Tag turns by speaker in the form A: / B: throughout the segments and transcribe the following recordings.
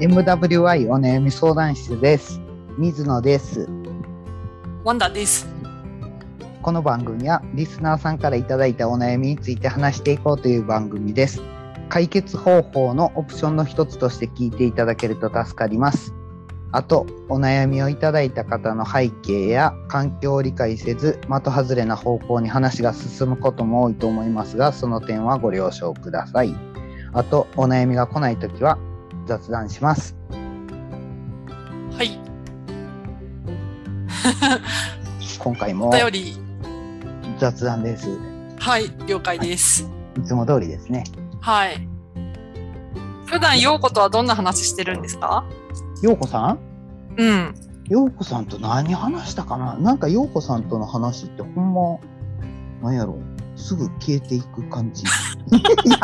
A: MWI お悩み相談室です水野です
B: ワンダです。
A: この番組はリスナーさんからいただいたお悩みについて話していこうという番組です解決方法のオプションの一つとして聞いていただけると助かりますあとお悩みをいただいた方の背景や環境を理解せず的外れな方向に話が進むことも多いと思いますがその点はご了承くださいあとお悩みが来ないときは雑談します
B: はい。
A: 今回
B: お
A: も
B: 便り、
A: 雑談です。い
B: はい、了解です。
A: つも通りですね。
B: はい。普段、ようことはどんな話してるんですか
A: ようこさん
B: うん。
A: ようこさんと何話したかななんかようこさんとの話ってほんま、なんやろすぐ消えていく感じ。い や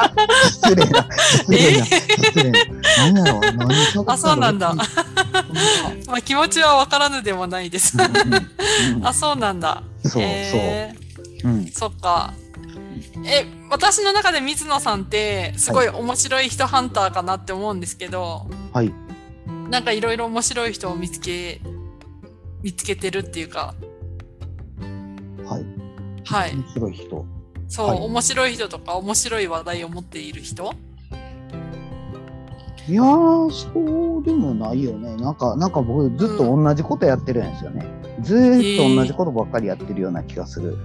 A: 失礼な、失礼な、失礼な。なんやろ何喋った
B: あそうなんだ
A: ほん
B: まあ、気持ちはわからぬでもないです。
A: まうんうんうん
B: あ、そうなんだ。
A: そう、
B: へー
A: そう。うん。
B: そっか。え、私の中で水野さんって、すごい面白い人ハンターかなって思うんですけど、
A: はい。
B: なんかいろいろ面白い人を見つけ、見つけてるっていうか、
A: はい。
B: はい。
A: 面白い人。
B: そう、
A: はい
B: 面白い人とか面白い話題を持っている人
A: いやー、そうでもないよね。なんか、なんか僕ずっと同じことやってるんですよね。ずーっと同じことばっかりやってるような気がする。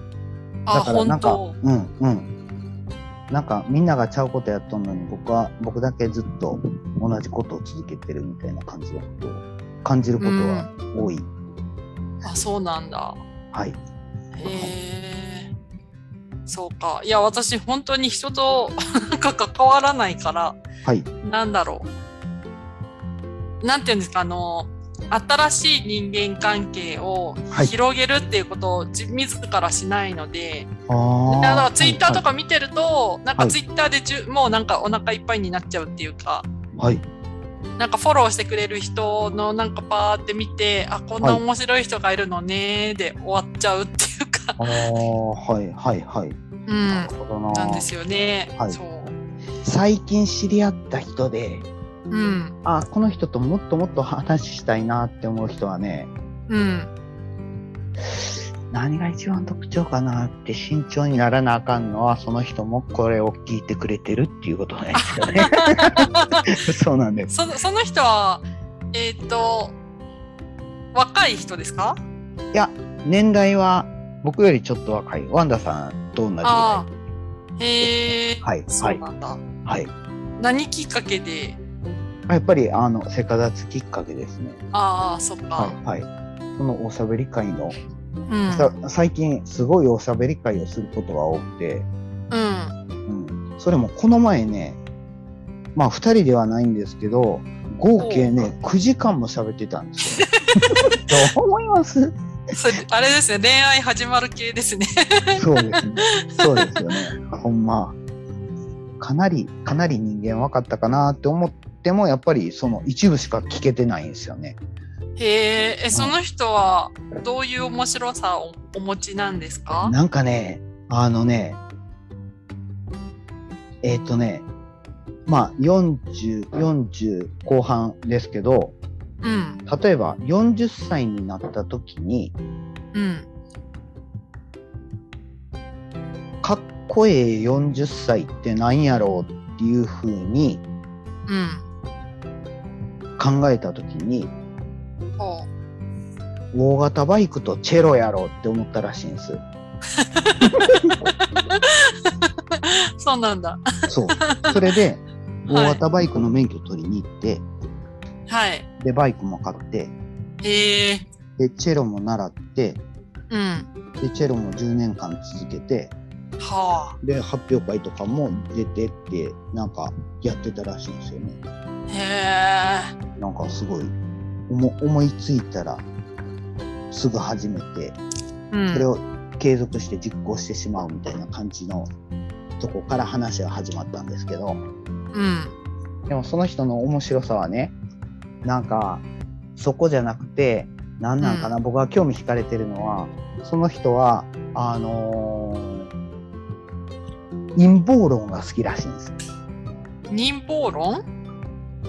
B: あ、
A: だからな
B: 本
A: んか、
B: 当。
A: うんうん。なんかみんながちゃうことやっとんのに僕は、僕だけずっと同じことを続けてるみたいな感じのことを感じることは多い。
B: あ、そうなんだ。
A: はい。
B: へえ。そうか。いや、私、本当に人と なんか関わらないから、
A: はい。
B: なんだろう。なんていうんですか、あの、新しい人間関係を
A: はい
B: 広げるっていうことを自自らしないので、
A: あ
B: だからツイッターと
A: か。
B: か見てると、なん
A: は
B: か
A: い
B: ツイッターでじゅ、もうなんかお腹いっぱいになっちゃうっていうか、
A: はい。
B: なんかフォローしてくれる人のなんかパーって見て、あ、こんな面白い人がいるのねーで終わっちゃうっていうか、
A: ああ、はいはいはい。
B: うん、
A: なるほどな。
B: なんですよね。
A: はい
B: そう。
A: 最近知り合った人で、
B: うん、
A: あこの人ともっともっと話したいなって思う人はね、
B: うん。
A: 何が一番特徴かなって慎重にならなあかんのは、その人もこれを聞いてくれてるっていうことなんですよね。 そうなんです。
B: その その人は、えっ、と、若い人ですか
A: いや、年代は僕よりちょっと若い。ワンダさんと同じぐらい。
B: ああ。へえ、
A: はい
B: そうなんだ。
A: はい。
B: 何きっかけで、
A: やっぱり、あの、せかざつきっかけですね。
B: ああ、そっか。
A: はい。はい。そのおしゃべり会の、
B: うん。
A: さ最近すごいおしゃべり会をすることが多くて、
B: うん。
A: うん。それもこの前ね、まあ二人ではないんですけど、合計ね、9時間も喋ってたん ですよ。どう思います
B: それあれですね、恋愛始まる系ですね。
A: そうですね。そうですよね。ほんま。かなり、かなり人間分かったかなって思っても、やっぱりその一部しか聞けてないんですよね。
B: へええ、その人はどういう面白さをお持ちなんですか
A: なんかね、あのね、えっ、とね、まあ40、40後半ですけど、
B: うん、
A: 例えば40歳になった時に、
B: うん。
A: かっこええ40歳って何やろうっていう風に
B: うん。
A: 考えた時に、
B: ほう。
A: 大型バイクとチェロやろうって思ったらしいんです。
B: そう なんだ。
A: そう。それで、
B: はい
A: 大型バイクの免許取りに行って、
B: はい。
A: で、バイクも買って、
B: へえ
A: で、チェロも習って、
B: うん。
A: で、チェロも10年間続けて、
B: は
A: で、発表会とかも出てって、なんか、やってたらしいんですよね。
B: あ。へえ
A: なんか、すごい、思思いついたら、すぐ始めて、
B: うん。
A: それを継続して実行してしまうみたいな感じのとこから話が始まったんですけど、
B: うん。
A: でもその人の面白さはね、なんか、そこじゃなくて、なんなんかな、僕が興味惹かれてるのは、その人は、あのー陰謀論が好きらしいんです。
B: 陰謀論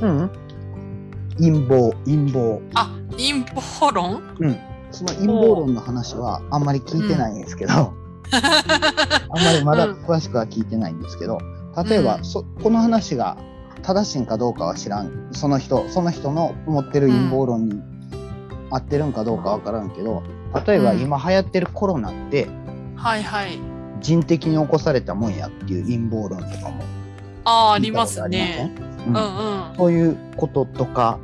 A: うん。陰謀陰謀
B: あ、陰謀論
A: その陰謀論の話はあんまり聞いてないんですけど、あんまりまだ詳しくは聞いてないんですけど、例えば、
B: うん
A: そこの話が正しいんかどうかは知らんその人その人の持ってる陰謀論に合ってるんかどうかわからんけど例えば
B: うん
A: 今流行ってるコロナって
B: はいはい。
A: 人的に起こされたもんやっていう陰謀論とかも
B: あーあ
A: 聞
B: り
A: いた
B: ま
A: こと
B: す
A: ありません
B: ね。
A: う
B: うんんうん
A: そういうこととか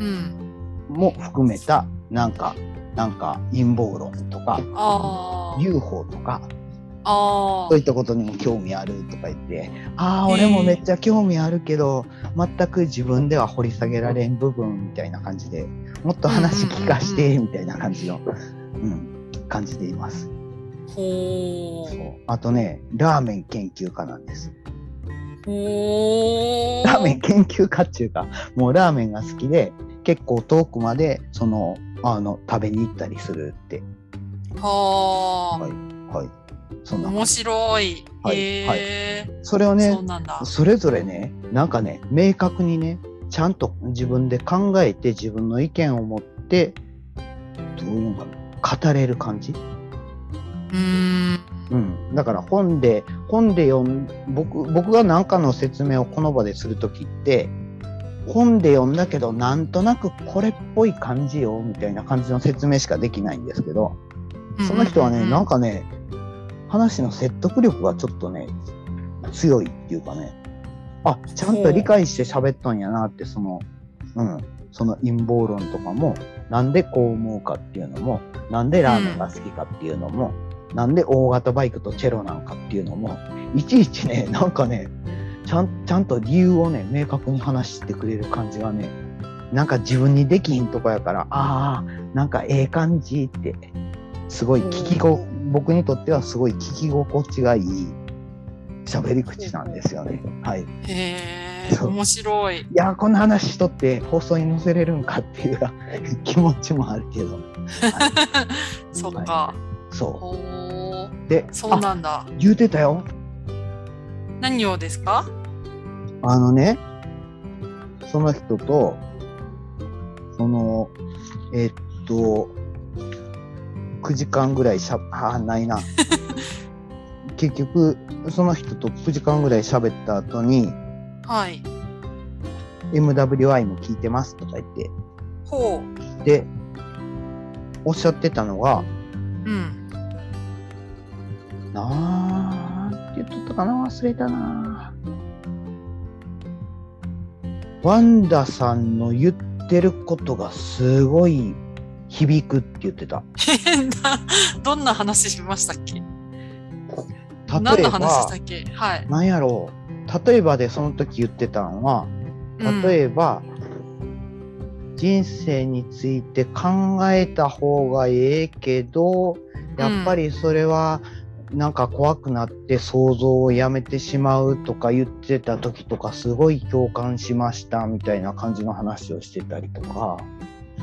B: うん。
A: も含めたなんかなんか陰謀論とか
B: あー
A: UFO とか
B: あ
A: そうい
B: ー。
A: ったことにも興味あるとか言ってああ
B: へー
A: 俺もめっちゃ興味あるけど全く自分では掘り下げられん部分みたいな感じでもっと話聞かしてみたいな感じの、うん、感じでいます
B: ほ
A: そう
B: ー。
A: あとねラーメン研究家なんです
B: ほー。
A: ラーメン研究家っていうかもうラーメンが好きで結構遠くまでそのあの食べに行ったりするって
B: は
A: は
B: ー。
A: はいそんな
B: 面白い。
A: はい
B: へー。
A: それをね
B: そうなんだ。
A: それぞれね、なんかね、明確にね、ちゃんと自分で考えて、自分の意見を持って、どういうのかな、語れる感じ。
B: うーん。
A: うん。だから本で、本で読ん、僕、僕が何かの説明をこの場でするときって、本で読んだけど、なんとなくこれっぽい感じよ、みたいな感じの説明しかできないんですけど、その人はね、なん
B: か。
A: かね、話の説得力がちょっとね、強いっていうかね、あ、ちゃんと理解して喋っとんやなって、その、うん、その陰謀論とかも、なんでこう思うかっていうのも、なんでラーメンが好きかっていうのも、なんで大型バイクとチェロなんかっていうのも、いちいちね、なんかね、ちゃんちゃんと理由をね、明確に話してくれる感じがね、なんか自分にできひんとこやから、ああ、なんかええ感じって、すごい聞きこ、僕にとってはすごい聞き心地がいい喋り口なんですよね。はい。い
B: へ
A: そ
B: ー。
A: う
B: 面白い。
A: やー、こんな話しとって放送に載せれるんかっていう 気持ちもあるけど、
B: そっか。
A: そ
B: ほー。
A: う。で、
B: そう
A: あ
B: なんだ。
A: 言うてたよ。
B: 何をですか
A: あのね、その人と、その、えっと、9時間ぐらいしゃ、あ、ないな。結局、その人と9時間ぐらい喋った後に、
B: はい。
A: MWI も聞いてますとか言って、
B: ほう。
A: で、おっしゃってたのが、
B: うん。
A: なんて言っとったかな忘れたな。ワンダさんの言ってることがすごい響くって言ってた。
B: 変な、どんな話しましたっけ何
A: 例え
B: の話し
A: ば
B: た、っけはい。
A: なんやろう。例えばでその時言ってたのは、例
B: え
A: えば、人生について考えた方がええけど、やっぱりそれはなんか怖くなって想像をやめてしまうとか言ってた時とかすごい共感しましたみたいな感じの話をしてたりとか、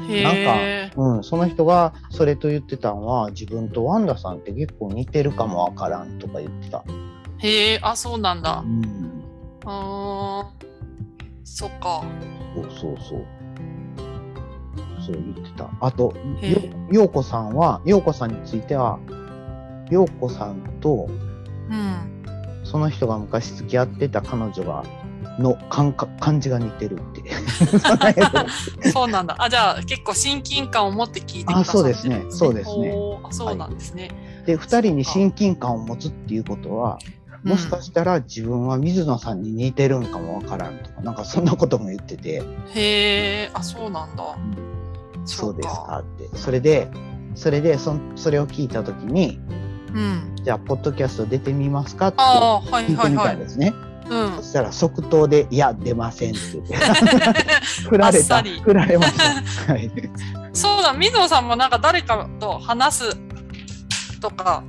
B: へー
A: うん、その人がそれと言ってたのは自分とワンダさんって結構似てるかもわからんとか言ってた。
B: へえ、あ、そうなんだ
A: う。ん、
B: あーそっか。
A: そうそうそう。そう言ってた。あと、
B: へ
A: よ
B: え、
A: ようこさんは、ようこさんについては、ようこさんと、
B: うん。
A: その人が昔付き合ってた彼女が、の感覚感じが似てる って。そんなやつ
B: そうなんだ。あ、じゃあ結構親近感を持って聞いてく
A: あ
B: ださってる
A: そうですねそうですね
B: ほーあそうなんですね。
A: で、二人に親近感を持つっていうことは、もしかしたら自分は水野さんに似てるんかもわからんとか、なんかそんなことも言ってて、
B: へえ、あ、そうなんだ。
A: そうです
B: か。
A: かって。それで、それで、そんそれを聞いたときに、
B: うん。
A: じゃあ、ポッドキャスト出てみますかって
B: ああ、はい
A: 聞い
B: は
A: て
B: い
A: み
B: は
A: た
B: い
A: ん。ですね。
B: うん
A: そ。したら即答で、いや、出ませんって言って。 振ら
B: あっ
A: れ
B: さ
A: た。
B: り
A: 振られました。 はい。
B: そうだ、水野さんもなんか誰かと話すとか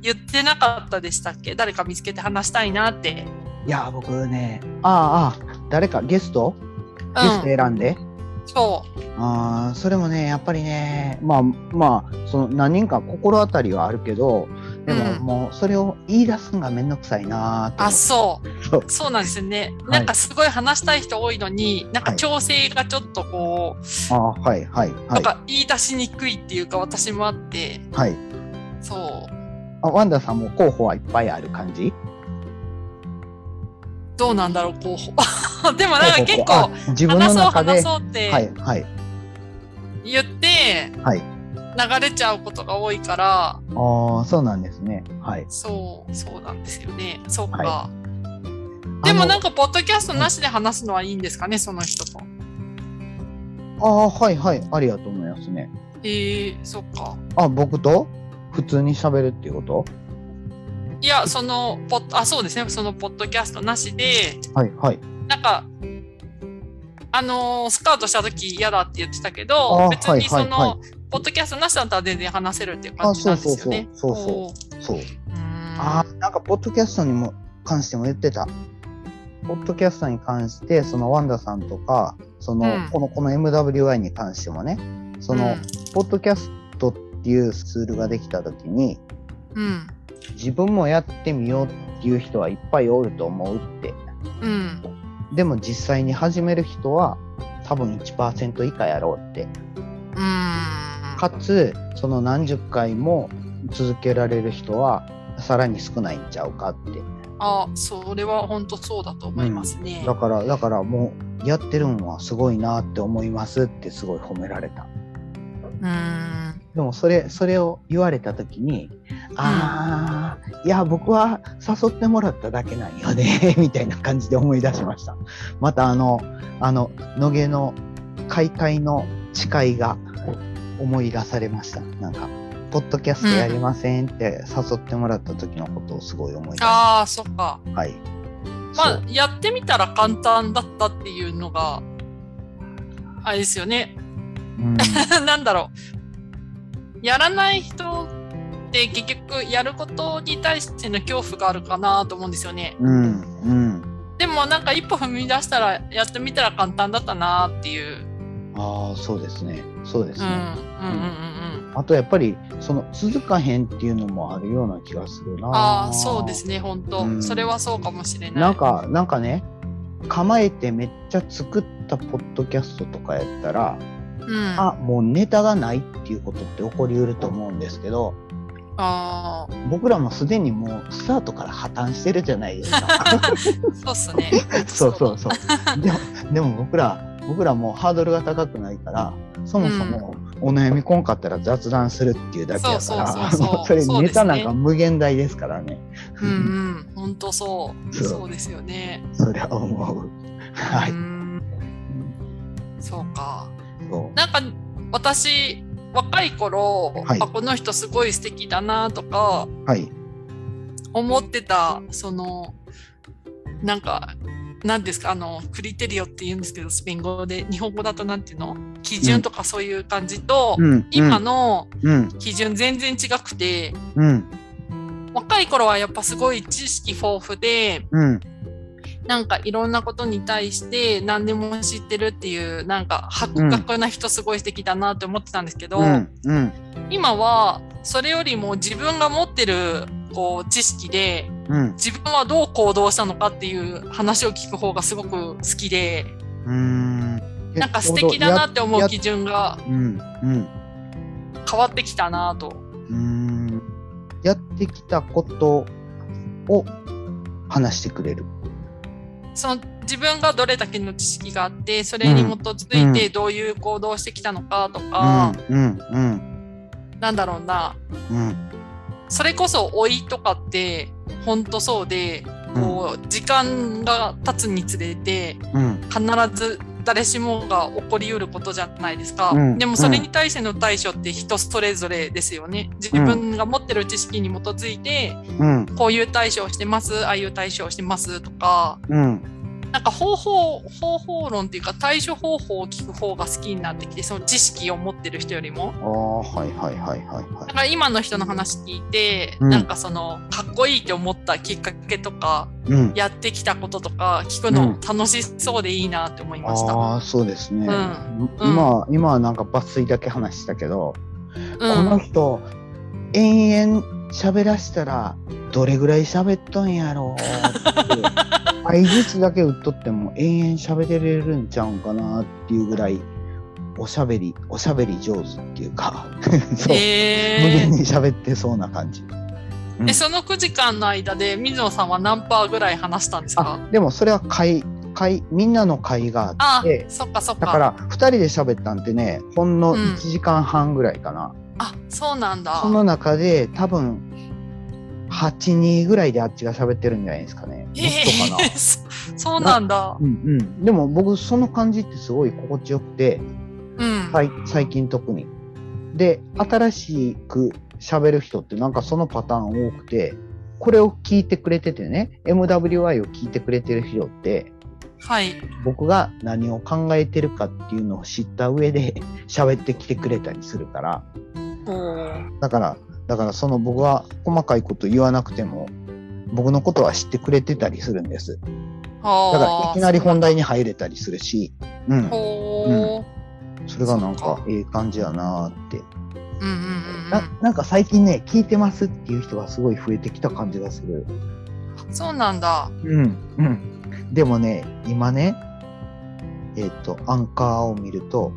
B: 言ってなかったでしたっけ誰か見つけて話したいなって。
A: いや、僕ね、ああ、ああ、誰かゲストゲスト
B: うん、
A: 選んで。
B: そう。
A: ああ、それもね、やっぱりね、まあまあ、その何人か心当たりはあるけど、でも
B: うん
A: もうそれを言い出すのがめんどくさいなーと
B: あ、そう。
A: そう。
B: そうなんですよね。
A: はい
B: なんかすごい話したい人多いのに、なんか調整がちょっとこう、
A: ああ、はい、はい、は
B: ないん。か言い出しにくいっていうか私もあって、
A: はい。
B: そう、
A: あ、ワンダさんも候補はいっぱいある感じ
B: どうなんだろう、 候補。でもなんか結
A: あ
B: 構、
A: 自分の
B: 話そう
A: 中
B: 話
A: で、
B: そうって
A: はい、はい。
B: 言って、
A: はい
B: 流れちゃうことが多いから、
A: ああ、そうなんですね。はい。
B: そう、そうなんですよね。そうか。
A: は
B: でもなん
A: か、
B: か、ポッドキャストなしで話すのはいいんですかね、その人と。
A: ああ、はい、はい。ありがとうございますね。
B: ええそっか。
A: あ、僕と普通に喋るっていうこと
B: いや、その、ポッあ、そうですね、その、ポッドキャストなしで、
A: はい、はい。
B: なんか、あのースカウトした時嫌だって言ってたけ
A: あー
B: ど、別にその、
A: はいはいは
B: ポッドキャストなしだったら全然話せるっていう感じなんですよね。
A: あそうそうそうそう
B: おー
A: そう。
B: うーん
A: ああ、なんか、ポッドキャストにも、関しても言ってた。ポッドキャストに関して、そのワンダさんとか、その、
B: うん
A: この、この MWI に関してもね、その、ポッドキャストっていうツールができたときに、
B: うん、
A: 自分もやってみようっていう人はいっぱいおると思うって。
B: うん、うん。
A: でも実際に始める人は多分1%以下やろうって。
B: うーん
A: かつ、その何十回も続けられる人はさらに少ないんちゃうかって。
B: あそれは本当そうだと思いますね。
A: だから、だからもうやってるんはすごいなって思いますってすごい褒められた。
B: うん、ん
A: でもそれ、それを言われた時に、ああ、いや、僕は誘ってもらっただけなんよね、 みたいな感じで思い出しました。またあの、あの、野毛の開会の誓いが思い出されました。なんか、ポッドキャストやりませんって誘ってもらった時のことをすごい思い出しま
B: ああそっか。
A: した。はい。
B: ま
A: そ
B: あ
A: う
B: やってみたら簡単だったっていうのがあれですよね。
A: うん、
B: なんだろう。やらない人って結局やることに対しての恐怖があるかなと思うんですよね。
A: うん、うん。
B: でもなんか一歩踏み出したらやってみたら簡単だったなっていう。
A: ああ、そうですね。そうです
B: うんう
A: ね。
B: んうんうんうん。
A: あとやっぱりその続かへんっていうのもあるような気がするな。
B: ああそうですね本当、
A: うん
B: それはそうかもしれない。
A: なんかなんかね構えてめっちゃ作ったポッドキャストとかやったら、
B: うん、
A: あもうネタがないっていうことって起こりうると思うんですけど
B: あー
A: 僕らもすでにもうスタートから破綻してるじゃないですか。
B: そうっすね。
A: そうそうそう。でもでも僕ら僕らもうハードルが高くないからそもそもお悩みこんかったら雑談するっていうだけだか
B: そう
A: ら
B: そうそうそう
A: もう それ
B: そう
A: ネ
B: です
A: タ
B: ね
A: なんか無限大ですからね。
B: うんうん、本当そう。
A: そう
B: そうですよね。。
A: そりゃ思う。はいう
B: んそうか。
A: そ
B: なんか私若い頃、
A: はい
B: あこの人すごい素敵だなとか
A: う。はい。
B: 思ってたそのなんか何ですかあのクリテリオって言うんですけどスペイン語で日本語だとなんていうの基準とかそういう感じと、
A: うん。
B: 今の
A: うん。
B: 基準全然違くて
A: うん。
B: 若い頃はやっぱすごい知識豊富で
A: うん。
B: なんかいろんなことに対して何でも知ってるっていうなんか博学な人すごい素敵だなって思ってたんですけど、
A: うん。うん。
B: 今はそれよりも自分が持ってるこう知識で
A: うん。
B: 自分はどう行動したのかっていう話を聞く方がすごく好きで
A: うん。
B: なんか素敵だな
A: て。
B: って思
A: や
B: う
A: や
B: 基準が
A: うん。うん。
B: 変わってきたなと。
A: うん。やってきたことを話してくれる。
B: その自分がどれだけの知識があってそれに基づいてどういう行動をしてきたのかとか、
A: うん。うん。
B: なんだろうな
A: うん。
B: それこそ老いとかってほんとそうでこう時間が経つにつれて
A: うん。
B: 必ず誰しもが起こりうることじゃないですか、
A: うん
B: でもそれに対しての対処って人それぞれですよね自分が持ってる知識に基づいて
A: うん。
B: こういう対処をしてますああいう対処をしてますとか
A: うん。
B: なんか方法方法論っていうか対処方法を聞く方が好きになってきてその知識を持ってる人よりも
A: ああ、はいはいはいはいは
B: だ
A: い。
B: から今の人の話聞いて、
A: うん
B: なんかそのかっこいいって思ったきっかけとか
A: うん。
B: やってきたこととか聞く
A: う
B: の
A: ん
B: 楽しそうでいいなって思いました。
A: ああ、そうですね。
B: うん
A: 今、今はなんか抜粋だけ話したけど、こ
B: う
A: の
B: ん、
A: 人 延々喋らしたらどれぐらい喋っとんやろうってあ相づちだけ打っとっても延々喋れれるんちゃうんかなっていうぐらいおしゃべりおしゃべり上手っていうか そう、無限
B: えー
A: に喋ってそうな感じうん
B: えその9時間の間で水野さんは何パーぐらい話したんですか
A: あでもそれは会会みんなの会があっ
B: あ
A: て
B: そっかそっか
A: だから2人で喋ったんってねほんの
B: うん
A: 1時間半ぐらいかな、
B: あそうなんだ
A: その中で多分8人ぐらいであっちが喋ってるんじゃないですかねもっ
B: え
A: とかな
B: ー、そそうなんだ
A: うんうん、でも僕その感じってすごい心地よくて、
B: うん、
A: さい最近特に。で新しく喋る人ってなんかそのパターン多くてこれを聞いてくれててね MWI を聞いてくれてる人って
B: はい
A: 僕が何を考えてるかっていうのを知った上で喋ってきてくれたりするから
B: おー
A: だからだからその僕は細かいこと言わなくても僕のことは知ってくれてたりするんですだから
B: あー
A: いきなり本題に入れたりするし、うん、
B: ほー
A: それがなん
B: そ
A: か
B: っか
A: ええ感じやなーって
B: うんうんうん
A: ななんか最近ね聞いてますっていう人がすごい増えてきた感じがする
B: うんそうなんだ
A: うんうんでもね今ねえっ、とアンカーを見ると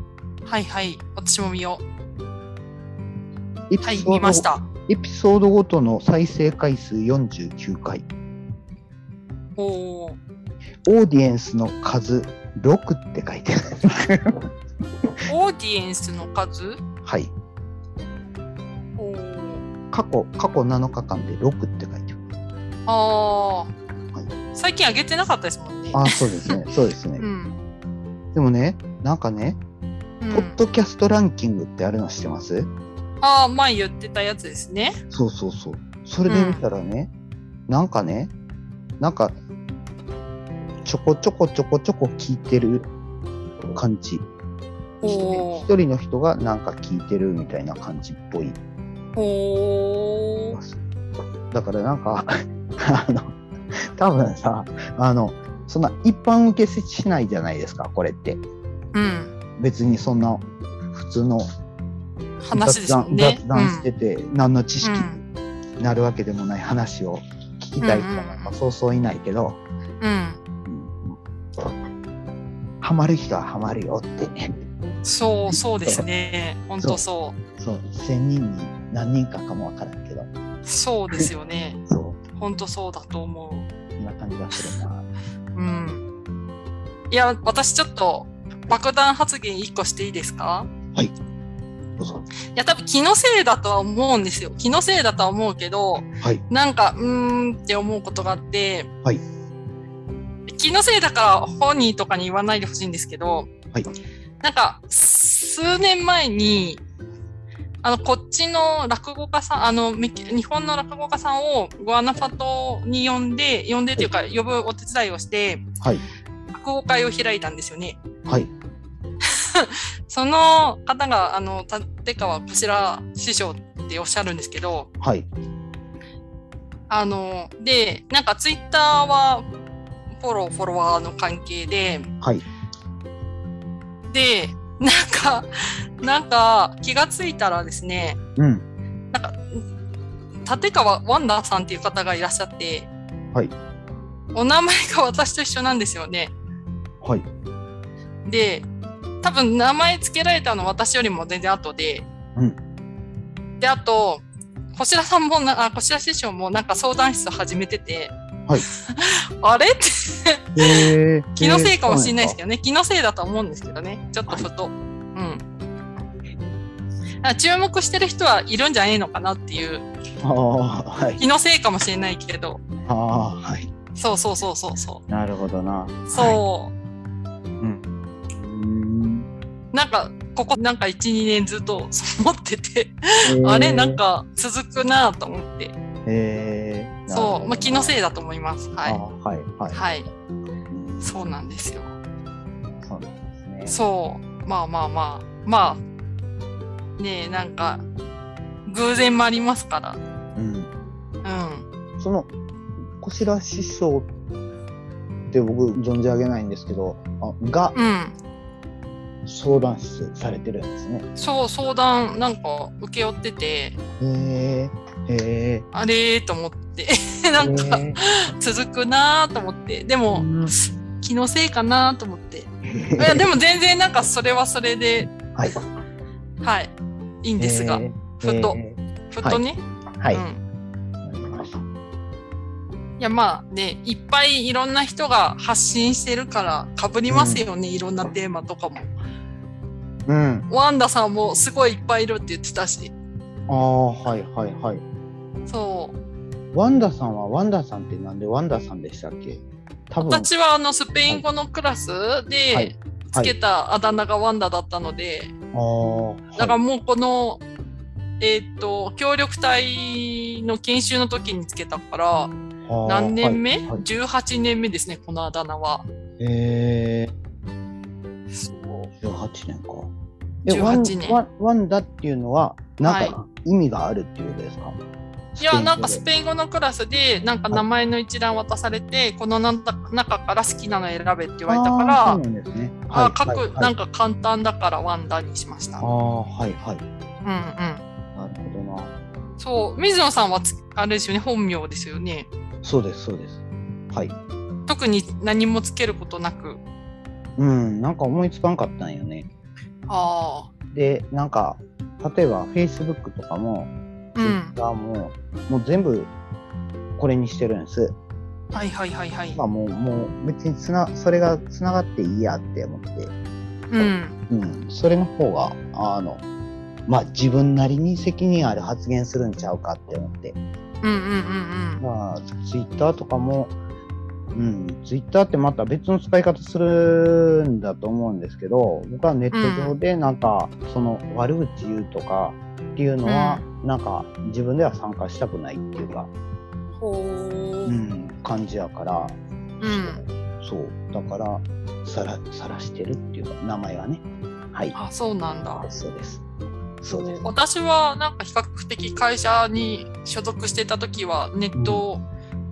B: はいはい私も見よう
A: エピ
B: はい
A: ソ
B: 見まし
A: ード
B: た
A: エピソードごとの再生回数49回
B: おお
A: オーディエンスの数6って書いてある
B: オーディエンスの数
A: はい
B: おー
A: 過去過去7日間で6って書いてある
B: あ
A: は
B: ー最近上げてなかったですもんね
A: ああそうです ねそうです
B: う
A: ね
B: ん
A: でもねなんかね、
B: うん
A: ポッドキャストランキングってあるの知ってます
B: ああ前言ってたやつですね
A: そうそうそう。それで見たらね、なんかね、なんか、ちょこちょこちょこちょこ聞いてる感じ。
B: お
A: 一
B: お
A: 人の人がなんか聞いてるみたいな感じっぽい
B: おー
A: だからなんか、 あの、多分さ、あの、そんな一般受けしないじゃないですか、これって。
B: うん
A: 別にそんな普通の
B: 話ですもんね
A: 雑談してて、何の知
B: う
A: 識
B: ん
A: になるわけでもない話を聞きたい人はなんかそうそういないけど、
B: うん、
A: ハマる人はハマるよって ね。
B: うん、そうそうですね本当そ
A: そう、千人に何人かかもわからんけど、
B: うそうですよね
A: そ
B: 本当そうだと思う
A: う、そんな感じがするな。
B: うん。いや、私ちょっと爆弾発言1個していいですか
A: どうぞ。
B: いや、多分気のせいだとは思うんですよ。気のせいだとは思うけど、
A: はい。
B: なんか、うーんって思うことがあって、
A: はい
B: 気のせいだから本人とかに言わないでほしいんですけど、
A: はい
B: なんか、数年前に、あの、こっちの落語家さん、あの、み日本の落語家さんをグアナファトに呼んで、呼んでというか、呼ぶお手伝いをして、
A: はい。
B: 落語会を開いたんですよね。
A: はい。
B: その方が、あの、立川頭師匠っておっしゃるんですけど、
A: はい。
B: あの、で、なんかツイッターは、フォロー、フォロワーの関係で、
A: はい。
B: で、なんか、なんか、気がついたらですね、
A: うん。
B: なんか、立川ワンダーさんっていう方がいらっしゃって、
A: はい。
B: お名前が私と一緒なんですよね。
A: はい。
B: で多分名前付けられたの私よりも全然後で、
A: う
B: であとこしらさんもなあこしら師匠もなんか相談室始めてて、
A: はい
B: あれって
A: えー、
B: 気のせいかもしれないですけ
A: ど。
B: どね、気のせいだと思うんですけどねちょっとふと、うんあ注目してる人はいるんじゃねえのかなっていう
A: ああー、はい。
B: 気のせいかもしれないけど
A: ああ、はい。
B: そうそうそうそうそ
A: なるほどな。
B: うそう、
A: う。うん。うーん
B: なんかここなんか12年ずっとそう思ってて
A: えー
B: あれなんか続くなぁと思って、
A: えー、
B: そう、まあ、気のせ
A: い
B: いだと思います。
A: は
B: はいい。
A: はいはい、
B: はい、
A: うん
B: そうなんですよ。
A: そうなんですね
B: そう、まあまあまあ、まあ、ねえ、なんか、偶然もありますから、
A: うん
B: うん。
A: その、こしら師匠って僕存じ上げないんですけど、あが
B: うん。
A: 相談室されてるんですね。
B: そう、相談、なんか、請け負ってて、
A: へえへえ。
B: あれーと思って、 なんか
A: へ
B: 続くなーと思って、で
A: ーう
B: も
A: ん
B: 気のせいかなーと思って。いや、でも全然なんかそれはそれで、
A: はい。
B: はい、いいんですが
A: へ、ー
B: ふと
A: へー
B: ふとね、
A: はい。
B: うん。いや、まあね、いっぱいいろんな人が発信してるから被りますよね、いろんなテーマとかも。
A: うん。
B: ワンダさんもすごいいっぱいいるって言ってたし、
A: ああ、はいはいはい。
B: そう。
A: ワンダさんはワンダさんってなんでワンダさんでしたっけ多分。
B: 私はあのスペイン語のクラス
A: は
B: で
A: い
B: つけたあだ名がワンダだったので、
A: ああ。はい
B: だからもうこの、えーっと協力隊の研修の時につけたから
A: あー
B: 何年目、
A: はいはい
B: ?18 年目ですねこのあだ名は。
A: え
B: そ
A: ー、
B: う
A: 18年か。
B: 18年
A: ワンワンワンダっていうのは、なんか
B: は
A: 意味があるっていうことですか
B: いやなんかス
A: イ
B: ペイン語のクラスでなんか名前の一覧渡されてこのなんだ中から好きなの選べって言われたから
A: あーそうなんですね。
B: あー書く、なん
A: か。
B: か簡単だからワンダにしました。
A: あ
B: うん
A: あ、はいはい。
B: うん
A: なるほどな。
B: そう、水野さんはつあれですよね、本名ですよね。
A: そうです、そうです。はい。
B: 特に何もつけることなく。
A: うん、なんか思いつかんかったんよね。
B: あ
A: で、なんか、例えば Facebook とかも、
B: あ、うん。
A: Twitter も、もう全部これにしてるんです。
B: はいはいはいはい。
A: まあもう、もう別につな、それがつながっていいやって思って。
B: うん。
A: うん、それの方があの、まあ、自分なりに責任ある発言するんちゃうかって思って、
B: うんうんうんうん。
A: まあ、ツイッターとかも、うん、ツイッターってまた別の使い方するんだと思うんですけど僕はネット上でなんか、その悪口言うとかっていうのは、なんか自分では参加したくないっていうか、
B: ほ
A: う
B: う。うん。
A: ん、感じやからそうだからさらさらしてるっていうか名前はねはい
B: あ、そうなんだ。
A: そうですそうです
B: 私はなんか比較的会社に所属してた時はネットを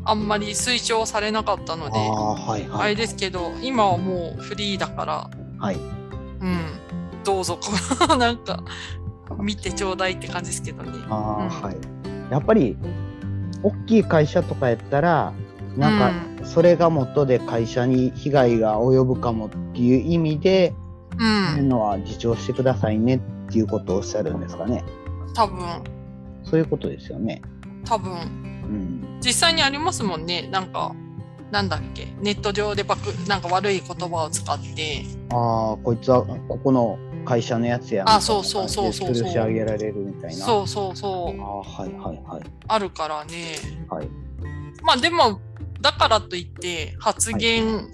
B: あんまり推奨されなかったので、
A: ああーはい
B: あ
A: はい
B: れですけど、今はもうフリーだから、
A: はい。
B: うん。どうぞ、 このなんか、見てちょうだいって感じですけどね。
A: ああ、
B: うん
A: はい。やっぱり、大きい会社とかやったら、なんか、それが元で会社に被害が及ぶかもっていう意味で、
B: うん、
A: そう
B: う、
A: いうんのは自重してくださいねっていうことをおっしゃるんですかね。
B: 多分
A: そういうことですよね。
B: 多分
A: うん。
B: 実際にありますもんねなんかなんだっけネット上でばくなんか悪い言葉を使って
A: ああ、こいつはここの会社のやつや
B: あそうそうそうそう
A: みたいな感じで吊るし上げられるみたいな。
B: そうそうそう
A: ああ、はいはいはい。
B: あるからね
A: はい。
B: まあでもだからといって発言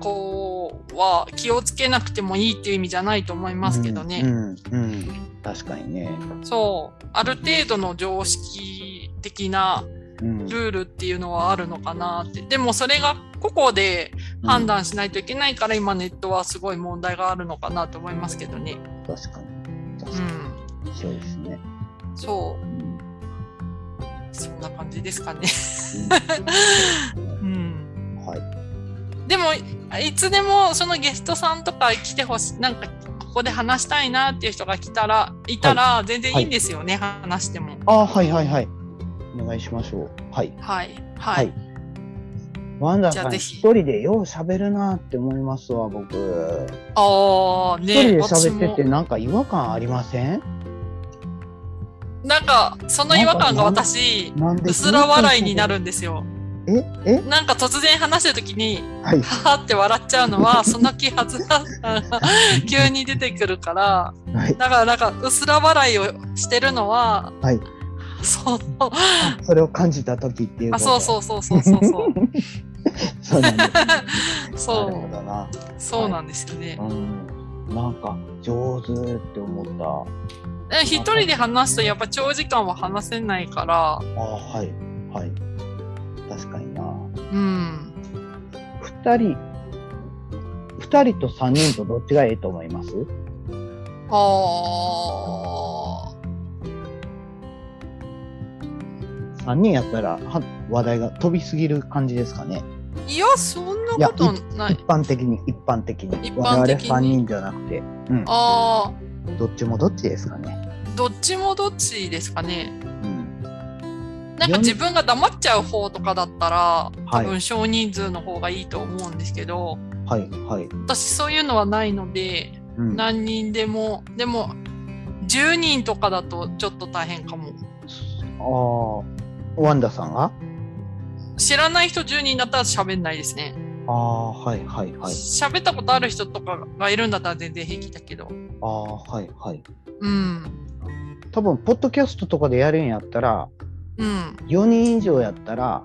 B: こうは気をつけなくてもいいっていう意味じゃないと思いますけどね、
A: うん、うん、うん確かにね。
B: そうある程度の常識的な
A: うん。
B: ルールっていうのはあるのかなってでもそれが個々で判断しないといけないから、今ネットはすごい問題があるのかなと思いますけどね。
A: うん。確かに。確
B: う
A: か
B: ん、
A: に。そうですね。
B: そう
A: うん
B: そんな感じですかね。
A: は
B: うん、
A: い。
B: でもいつでもそのゲストさんとか来てほしいなんかここで話したいなっていう人が来たらいたら全然いいんですよね、話しても。
A: あ、はいはいはい。お願いしましょう。はい。
B: はい
A: は
B: はい、
A: いワンダー
B: じゃ
A: さん
B: あぜ
A: 一
B: ひ
A: 人でよう喋るなって思いますわ、僕。
B: ああ
A: 一人
B: ね
A: で
B: 私
A: 喋って
B: も
A: てなんか違和感ありません
B: なんかその違和感が
A: なんか
B: 私
A: なんで
B: うすら笑いになるんですよ。
A: ええ
B: なんか突然話してる時に
A: はい。
B: ははって笑っちゃうのはその気はずだが 急に出てくるから
A: はい。
B: だからなんかうすら笑いをしてるのは、
A: はい
B: そう
A: それを感じた時っていう
B: あそう
A: う。
B: そうそうそうそうそう
A: そうなんですね
B: そ
A: な る
B: う
A: ほどな。
B: そうなんですよね。
A: うん。なんか上手って思った。
B: で一人で話すとやっぱ長時間は話せないか
A: あ、
B: ら、
A: はい。はい。確かにな。
B: うん、
A: 二人、二人と三人とどっちがいいと思います
B: あ
A: 3人やったらは話題が飛びすぎる感じですかね
B: ーいやそんなことない
A: 一。般的に一般的に
B: 一般的に
A: 我々3人じゃなくて、うん、
B: あ
A: どっちもどっちですかね、
B: ーどっちもどっちですかね。
A: うん、
B: なんか自分が黙っちゃう方とかだったら、
A: はい
B: 多分少人数の方がいいと思うんですけど、
A: はいはい。
B: 私そういうのはないので、
A: うん、
B: 何人でも、でも、10人とかだとちょっと大変かも。
A: ああ、ワンダさんが
B: 知らない人10人だったら喋んないですね。
A: ああ、はいはいはい。
B: 喋ったことある人とかがいるんだったら全然平気だけど。
A: ああ、はいはい。
B: うん。
A: 多分、ポッドキャストとかでやるんやったら、
B: うん。
A: 4人以上やったら、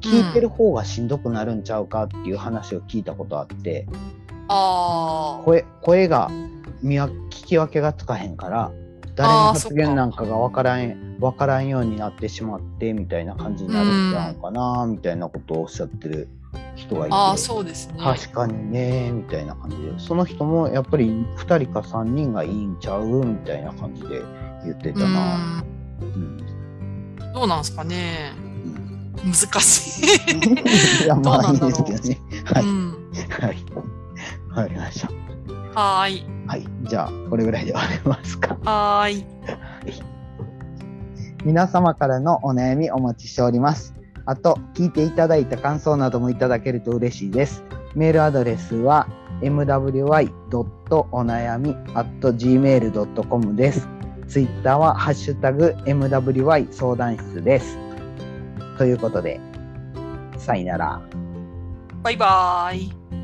A: 聞いてる方がしんどくなるんちゃうかっていう話を聞いたことあって、
B: ああ。
A: 声声が見わ聞き分けがつかへんから誰の
B: あーそっ
A: 発
B: か
A: 言なんかが分からん分からんようになってしまってみたいな感じになるんじゃんかなみたいなことをおっしゃってる人がいて
B: ああ、そうですね。
A: 確かにねみたいな感じでその人もやっぱり2人か3人がいいんちゃうみたいな感じで言ってたな。
B: う
A: う
B: ん
A: ん
B: どうなんですかね。
A: うん
B: 難しい。
A: いやまあいい
B: どう
A: で
B: なんだろう
A: すけどね。はい
B: うん。
A: はい。わかりました。
B: はーい。
A: はい。じゃあ、これぐらいで終わりますか。
B: はーい。
A: 皆様からのお悩みお待ちしております。あと、聞いていただいた感想などもいただけると嬉しいです。メールアドレスは mwy.onayami.gmail.com です。ツイッターはハッシュタグ mwy 相談室です。ということで、さよなら。
B: バイバーイ。